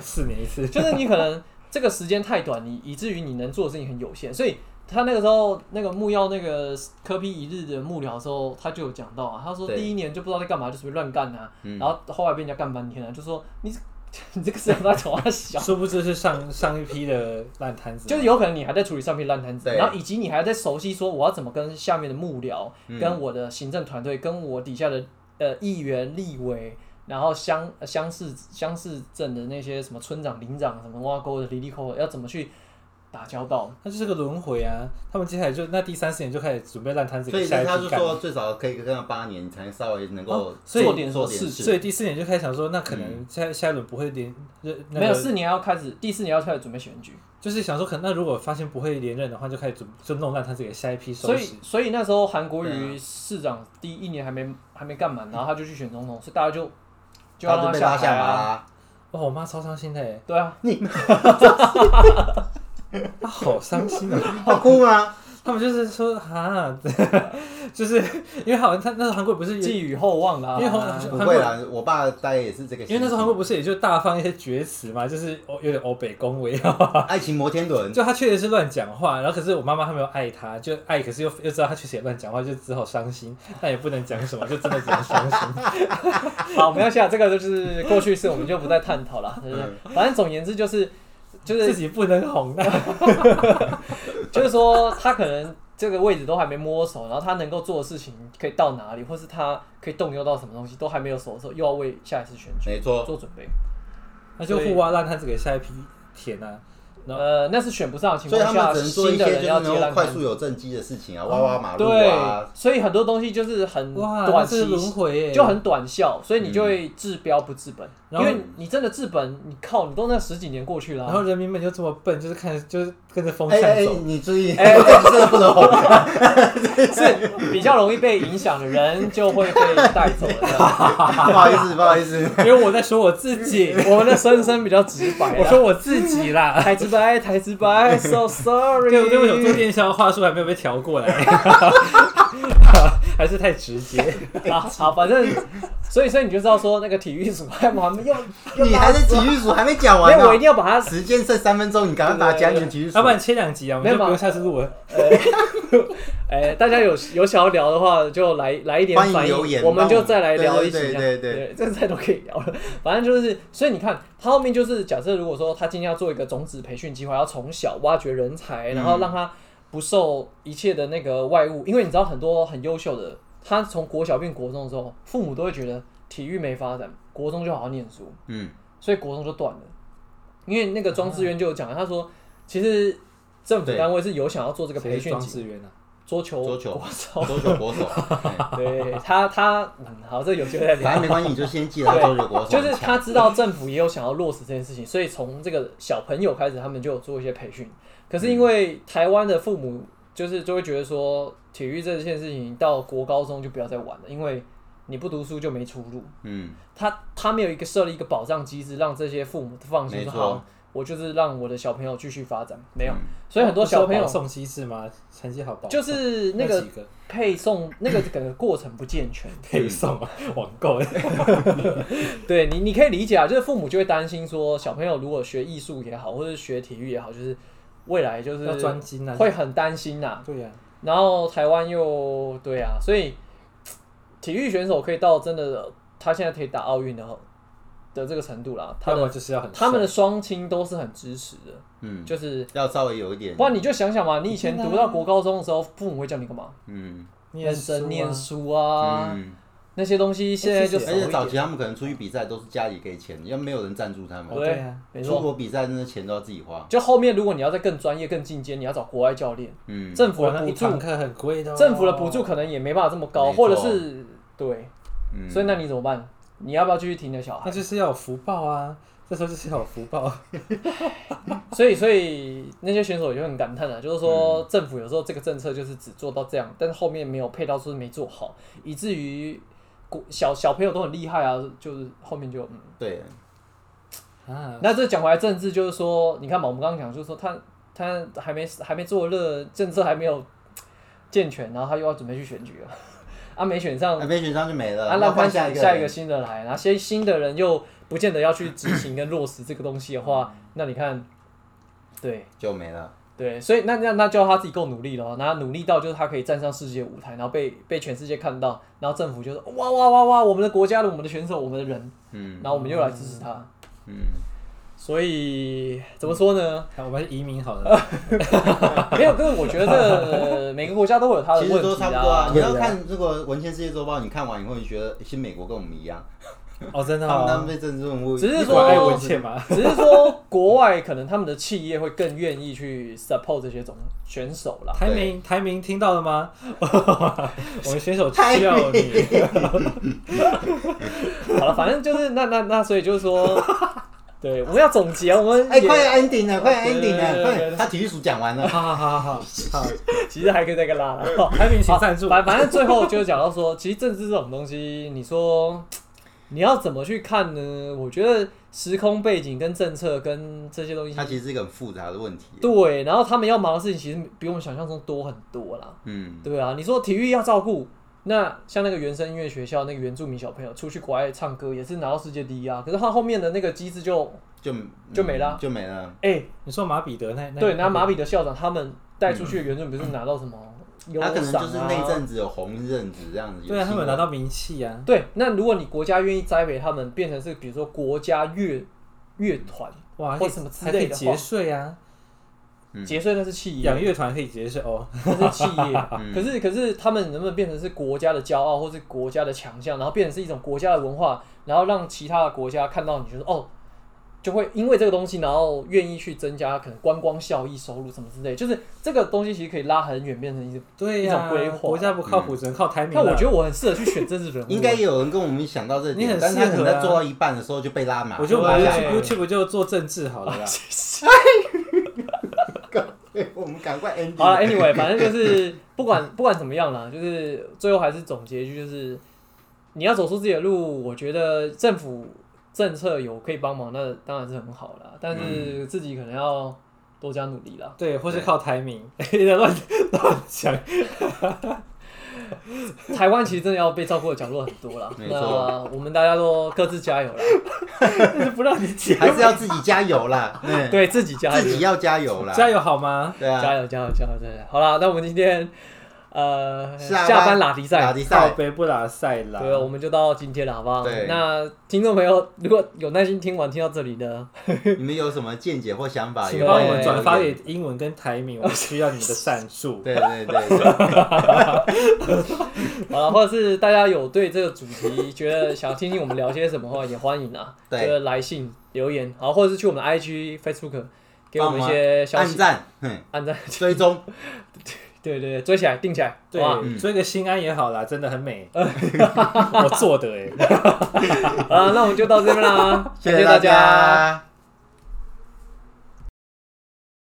Speaker 3: 四年一次。
Speaker 1: 就是你可 能这个时间太短，你以至于你能做的事情很有限，所以。他那个时候，那个木曜那个科批一日的幕僚的时候，他就有讲到啊，他说
Speaker 2: 对
Speaker 1: 第一年就不知道在干嘛，就随便乱干啊，
Speaker 2: 嗯
Speaker 1: 然后后来被人家干半天了、就说你你这个 市场在从他 小，
Speaker 2: 啊
Speaker 3: 殊不知是上上一批的烂摊子，
Speaker 1: 就是有可能你还在处理上面烂摊子，
Speaker 2: 对
Speaker 1: 然后以及你还在熟悉说我要怎么跟下面的幕僚、
Speaker 2: 嗯
Speaker 1: 跟我的行政团队、跟我底下的呃议员、立委，然后乡呃乡市乡市镇的那些什么村长、领长什么挖沟的、里里扣扣，要怎么去打交道？
Speaker 3: 那就是个轮回啊。他们接下来就那第三四年就开始准备烂摊子
Speaker 2: 所
Speaker 3: 给
Speaker 2: 以
Speaker 3: 下一
Speaker 2: 他
Speaker 3: 批
Speaker 2: 就
Speaker 3: 干。
Speaker 2: 说最少可以干到八年，你才稍微能够
Speaker 3: 哦所以
Speaker 2: 做
Speaker 1: 做点
Speaker 2: 做
Speaker 1: 什么
Speaker 2: 点
Speaker 1: 事
Speaker 3: 所以第四年就开始想说，那可能下、下一轮不会连任，那
Speaker 1: 没
Speaker 3: 个
Speaker 1: 有四年要开始，第四年要开始准备选举。
Speaker 3: 就是想说，可能那如果发现不会连任的话，就开始准就弄烂摊子给下一批收
Speaker 1: 所以
Speaker 3: 拾。，
Speaker 1: 所以那时候韩国
Speaker 2: 对
Speaker 1: 瑜市长第一年还没还没干满，然后他就去选总统，所以大家就就要让
Speaker 2: 他就
Speaker 1: 他
Speaker 2: 被拉
Speaker 1: 台
Speaker 2: 下马
Speaker 1: 啊。
Speaker 2: 啦。
Speaker 3: 哇，哦我妈超伤心的欸耶，
Speaker 1: 对啊，
Speaker 3: 她好伤 心
Speaker 1: 哦
Speaker 3: 啊！
Speaker 2: 好哭 吗？
Speaker 3: 他们就是说哈， 就是因为好像他那时候韩国不是也，
Speaker 1: 寄予厚望啦。
Speaker 3: 因为后
Speaker 2: 不会啦，我爸大概也是这个心情。
Speaker 3: 因为那时候韩国不是也就大放一些厥词嘛，就是哦有点欧北恭维啊。
Speaker 2: 爱情摩天轮，
Speaker 3: 就他确实是乱讲话，然后可是我妈妈她没有爱他，就爱，可是又又知道他确实也乱讲话，就只好 伤心，但也不能讲什么，就真的只能伤心。
Speaker 1: 好，没关系啊，这个就是过去式，我们就不再探讨了。就是反正总言之就是，就
Speaker 3: 自
Speaker 1: 是
Speaker 3: 己不能红啊，
Speaker 1: 就是说，他可能这个位置都还没摸熟，然后他能够做的事情可以到哪里，或是他可以动用到什么东西，都还没有熟的时候，又要为下一次选举
Speaker 2: 没错，
Speaker 1: 做准备。
Speaker 3: 那就互挖烂摊子给下一批填啊。然后
Speaker 1: 呃，那是选不上的情
Speaker 2: 所以
Speaker 1: 况
Speaker 2: 他
Speaker 1: 下，
Speaker 2: 们只能做一
Speaker 1: 新的
Speaker 2: 些
Speaker 1: 人
Speaker 2: 就是
Speaker 1: 要
Speaker 2: 能
Speaker 1: 接
Speaker 2: 够
Speaker 1: 烂
Speaker 2: 快
Speaker 1: 摊
Speaker 2: 速
Speaker 1: 子。哦
Speaker 2: 有政绩的事情啊，挖挖马路啊
Speaker 1: 对，，所以很多东西就是很
Speaker 3: 哇，
Speaker 1: 短
Speaker 3: 那是
Speaker 1: 期
Speaker 3: 轮回耶，
Speaker 1: 就很短效，所以你就会治标不治本，
Speaker 3: 嗯然
Speaker 1: 因
Speaker 3: 后
Speaker 1: 为你真的治本，你靠，你都那十几年过去了、
Speaker 3: 然后人民们就这么笨，就是看就是跟着风
Speaker 2: 哎
Speaker 3: 向
Speaker 2: 哎，
Speaker 3: 走。
Speaker 2: 你注意，
Speaker 1: 哎
Speaker 2: 这个真的不能红。
Speaker 1: 是比较容易被影响的人就会被带走 了。
Speaker 2: 不好意思，不好意思，
Speaker 1: 哎
Speaker 3: 因为我在说我自己，
Speaker 1: 我们的声声比较直白啦，啊
Speaker 3: 我说我自己啦。
Speaker 1: 台直 白，台直白，so sorry。
Speaker 3: 对，对不起，我做电销话术还没有被 调过来，还是太直接。
Speaker 1: 好好，反正所以所以你就知道说那个体育组还蛮又 又
Speaker 2: 你还是体育署还没讲
Speaker 1: 没
Speaker 2: 完
Speaker 1: 有，
Speaker 2: 呢
Speaker 1: 我一。定要把它
Speaker 2: 时间剩三分钟，你赶快把它讲你的体育署
Speaker 3: 要不。然切两集啊，我们就不用下次录了。
Speaker 1: 哎、大家有有想要聊的话，就来来一点
Speaker 2: 欢迎
Speaker 1: 反应，
Speaker 2: 留言
Speaker 1: 我们
Speaker 2: 帮我
Speaker 1: 就
Speaker 2: 们
Speaker 1: 再来聊一
Speaker 2: 对
Speaker 1: 起
Speaker 2: 对
Speaker 1: 这样。
Speaker 2: 对对
Speaker 1: 对，这个再都可以聊了。 反正就是，所以你看，他后面就是假设，如果说他今天要做一个种子培训计划，要从小挖掘人才，然
Speaker 2: 嗯
Speaker 1: 后让他不受一切的那个外物，因为你知道很多很优秀的，他从国小变国中的时候，父母都会觉得体育没发展，国中就好好念书，
Speaker 2: 嗯，
Speaker 1: 所以国中就断了。因为那个庄志渊就有讲，他说其实政府
Speaker 2: 对
Speaker 1: 单位是有想要做这个培
Speaker 3: 谁
Speaker 1: 训
Speaker 3: 装
Speaker 1: 计
Speaker 3: 志源啊？
Speaker 1: 桌球
Speaker 2: 桌球
Speaker 1: 国手
Speaker 2: 桌球 国手，哎
Speaker 1: 对他，他嗯，好，这有机会再
Speaker 2: 反
Speaker 1: 聊。
Speaker 2: 正没关系，你就先记得他桌球国手。啊
Speaker 1: 就是他知道政府也有想要落实这件事情，所以从这个小朋友开始，他们就有做一些培训。可是因
Speaker 2: 嗯
Speaker 1: 为台湾的父母就是就会觉得说，体育这件事情到国高中就不要再玩了，因为你不读书就没出路。
Speaker 2: 嗯，
Speaker 1: 他他没有一个设立一个保障机制，让这些父母放心
Speaker 2: 没
Speaker 1: 说
Speaker 2: 错
Speaker 1: 好，我就是让我的小朋友继续发展，没有。
Speaker 2: 嗯
Speaker 1: 所
Speaker 3: 哦
Speaker 1: 以很多小朋友
Speaker 3: 送机制吗？成绩好保送
Speaker 1: 就是那个
Speaker 3: 几个
Speaker 1: 配送那个整个过程不健全。
Speaker 3: 配送啊， 网购
Speaker 1: 对你，你可以理解啊，就是父母就会担心说，小朋友如果学艺术也好，或者学体育也好，就是未来就是
Speaker 3: 要专精啊。
Speaker 1: 会很担心呐、
Speaker 3: 对啊呀，
Speaker 1: 然后台湾又对啊，所以嘖体育选手可以到真的，他现在可以打奥运的的这个程度啦。他
Speaker 3: 要
Speaker 1: 的
Speaker 3: 么就是要很
Speaker 1: 他们的双亲都是很支持的，
Speaker 2: 嗯，
Speaker 1: 就是
Speaker 2: 要稍微有一点
Speaker 1: 不，然你就想想嘛，你以前
Speaker 3: 真的啊
Speaker 1: 读到国高中的时候，父母会叫你干嘛？
Speaker 2: 嗯
Speaker 1: 认
Speaker 3: 啊
Speaker 1: 真念书啊，
Speaker 2: 嗯。
Speaker 1: 那些东西现在就
Speaker 3: 哎
Speaker 1: 少
Speaker 2: 而
Speaker 1: 一
Speaker 2: 且
Speaker 1: 点。
Speaker 2: 早期他们可能出去比赛都是家里给钱，要没有人赞助他们。
Speaker 1: 对
Speaker 3: 对啊
Speaker 1: 没
Speaker 2: 出
Speaker 1: 错。
Speaker 2: 国比赛那些钱都要自己花。
Speaker 1: 就后面如果你要再更专业、更进阶，你要找国外教练。
Speaker 2: 嗯，
Speaker 1: 政府的
Speaker 3: 一
Speaker 1: 补助
Speaker 3: 堂，课很贵的哦，
Speaker 1: 政府的补助可能也没办法这么高，
Speaker 2: 没
Speaker 1: 或
Speaker 2: 错
Speaker 1: 者是对，
Speaker 2: 嗯
Speaker 1: 所以那你怎么办？你要不要继续停你的小
Speaker 3: 那
Speaker 1: 孩？
Speaker 3: 就是要有福报啊。这时候就是要有 福报，
Speaker 1: 所以，所以那些选手也就很感叹了，就是说政府有时候这个政策就是只做到这样，但是后面没有配套措施没做好，以至于国小小朋友都很厉害啊，就是后面就嗯。
Speaker 2: 对，
Speaker 3: 啊，
Speaker 1: 那这讲回来政治，就是说，你看嘛，我们刚刚讲，就是说他他还没还没做热，政策还没有健全，然后他又要准备去选举了， 啊，没选上
Speaker 2: 那边选上就没了，
Speaker 1: 啊，
Speaker 2: 那
Speaker 1: 那
Speaker 2: 换
Speaker 1: 换下
Speaker 2: 下一
Speaker 1: 一个
Speaker 2: 个人
Speaker 1: 下一个新的来，然后些新的人又不见得要去执行跟落实这个东西的
Speaker 2: 嗯
Speaker 1: 话，那你看，对
Speaker 2: 就没了。
Speaker 1: 对，所以那那那就要他自己够努力了，然后努力到就是他可以站上世界舞台，然后被被全世界看到，然后政府就说哇哇哇哇，我们的国家的我们的选手我们的人，
Speaker 2: 嗯，
Speaker 1: 然后我们又来支持他，所以怎么说呢？
Speaker 3: 好我们移民好 了，
Speaker 1: 没有，跟我觉得每个国家都会有它的
Speaker 2: 其实
Speaker 1: 问
Speaker 2: 都
Speaker 1: 题
Speaker 2: 差不多啊。你
Speaker 3: 对啊
Speaker 2: 要看这个《文献世界周报》，你看完以后，你觉得其实美国跟我们一样，
Speaker 3: 哦，真
Speaker 2: 他
Speaker 3: 的
Speaker 2: 们他们
Speaker 3: 哦，
Speaker 2: 对政治人物
Speaker 1: 啊
Speaker 2: 哎
Speaker 1: 只是
Speaker 3: 你
Speaker 1: 说
Speaker 3: 管爱文倩嘛，
Speaker 1: 只是说国外可能他们的企业会更愿意去 support 这些种选手啦。
Speaker 3: 台明台明听到了吗？ 我们选手需要你，
Speaker 1: 好了，反正就是那那那，所以就是说，对，我们要总结，我们
Speaker 2: 哎，
Speaker 1: 也
Speaker 2: 快点 ending 了，快点 ending
Speaker 1: 对对对
Speaker 2: 了，快
Speaker 1: 对对
Speaker 2: 点！他体育署讲完了，
Speaker 3: 好好好好好，
Speaker 1: 其实还可以再跟拉拉。好
Speaker 3: 台明 请赞助，
Speaker 1: 反反正最后就是讲到说，其实政治这种东西，你说你要怎么去看呢？我觉得时空背景跟政策跟这些东西
Speaker 2: 它，其实是一个很复杂的问题。
Speaker 1: 对，然后他们要忙的事情其实比我们想象中多很多啦。
Speaker 2: 嗯，
Speaker 1: 对啊，你说体育要照顾，那像那个原声音乐学校那个原住民小朋友出去国外唱歌，也是拿到世界第一啊。可是他后面的那个机制就，
Speaker 2: 就
Speaker 1: 就没了
Speaker 2: 嗯就没了。
Speaker 1: 哎、
Speaker 3: 你说马彼得那那嗯
Speaker 1: 对，拿马比的校长他们带出去的原住民不是拿到什么优
Speaker 2: 他可能
Speaker 1: 赏
Speaker 2: 就是
Speaker 1: 啊？
Speaker 2: 那阵子有红一阵子这样子。
Speaker 3: 对啊，他们有
Speaker 2: 有
Speaker 3: 拿到名气啊，
Speaker 1: 对，那如果你国家愿意栽培他们，变成是比如说国家乐乐团
Speaker 3: 哇，
Speaker 1: 或什么之
Speaker 3: 还可
Speaker 1: 类
Speaker 3: 以
Speaker 1: 的
Speaker 3: 节
Speaker 1: 话，
Speaker 3: 税啊，
Speaker 2: 嗯
Speaker 1: 结税那是企业，啊
Speaker 3: 养乐团可以节税哦，
Speaker 1: 那是企业。
Speaker 2: 嗯
Speaker 1: 可是可是他们能不能变成是国家的骄傲，或是国家的强项，然后变成是一种国家的文化，然后让其他的国家看到你，就是哦，就会因为这个东西，然后愿意去增加可能观光效益、收入什么之类，就是这个东西其实可以拉很远，变成一个。
Speaker 3: 对
Speaker 1: 一
Speaker 3: 呀
Speaker 1: 种规，划
Speaker 3: 国家不靠谱，只能靠台明
Speaker 1: 那
Speaker 3: 了。
Speaker 1: 我觉得我很适合去选政治人物，
Speaker 2: 应该也有人跟我们想到这
Speaker 3: 你
Speaker 2: 点
Speaker 3: 很，
Speaker 2: 但是他可
Speaker 3: 适
Speaker 2: 能
Speaker 3: 合啊
Speaker 2: 在做到一半的时候就被拉满。
Speaker 3: 我觉得我们
Speaker 1: 对
Speaker 3: YouTube YouTube 就做政治好了 啦。
Speaker 2: 对 我们赶快 ending。
Speaker 1: 好了，Anyway，反正就是不管不管怎么样啦，就是最后还是总结一句，就是你要走出自己的路。我觉得政府政策有可以帮忙，那当然是很好啦。但
Speaker 2: 嗯
Speaker 1: 是自己可能要多加努力啦。
Speaker 3: 对，或啊是
Speaker 2: 对
Speaker 3: 靠台名， 乱乱讲。
Speaker 1: 台湾其实真的要被照顾的角落很多啦。
Speaker 2: 没
Speaker 1: 那
Speaker 2: 错
Speaker 1: 我们大家都各自加油 啦，就是不让你讲，
Speaker 2: 还是要自己加油 啦，对，
Speaker 1: 对自己加油
Speaker 2: 自，己要加油啦，
Speaker 3: 啊加油好吗？
Speaker 2: 对啊，
Speaker 1: 加油，加油，加油，对，好啦，那我们今天呃
Speaker 2: 下
Speaker 1: 下班拉迪赛
Speaker 2: 拉迪
Speaker 3: 靠
Speaker 2: 赛，
Speaker 3: 北不拉塞啦。
Speaker 1: 对，啊我们就到今天了，好不好
Speaker 2: 对？
Speaker 1: 那听众朋友，如果有耐心听完听到这里呢，
Speaker 2: 你们有什么见解或想法？
Speaker 3: 请
Speaker 2: 也
Speaker 3: 帮
Speaker 2: 欢
Speaker 3: 啊我
Speaker 2: 迎
Speaker 3: 们转发
Speaker 2: 留
Speaker 3: 给
Speaker 2: 言
Speaker 3: 英文跟台名，我们需要你 们的赞助。
Speaker 2: 对对对对，
Speaker 1: 好了，或者是大家有对这个主 题觉得想听听我们聊些什么的话，也欢迎啊，
Speaker 2: 对
Speaker 1: 就是来信留言，好，或者是去我们的 IG、Facebook 给我
Speaker 2: 帮
Speaker 1: 们一
Speaker 2: 忙
Speaker 1: 些消
Speaker 2: 按
Speaker 1: 息，
Speaker 2: 赞，哼，
Speaker 1: 按赞，
Speaker 2: 追 踪，
Speaker 1: 对对对，追起来，定起来，好吧？
Speaker 3: 对，追个心安也好啦，真的很 美。我做的哎。
Speaker 1: 好了，那我们就到这边啦，
Speaker 2: 谢
Speaker 1: 感谢
Speaker 2: 大
Speaker 1: 家。
Speaker 2: 家。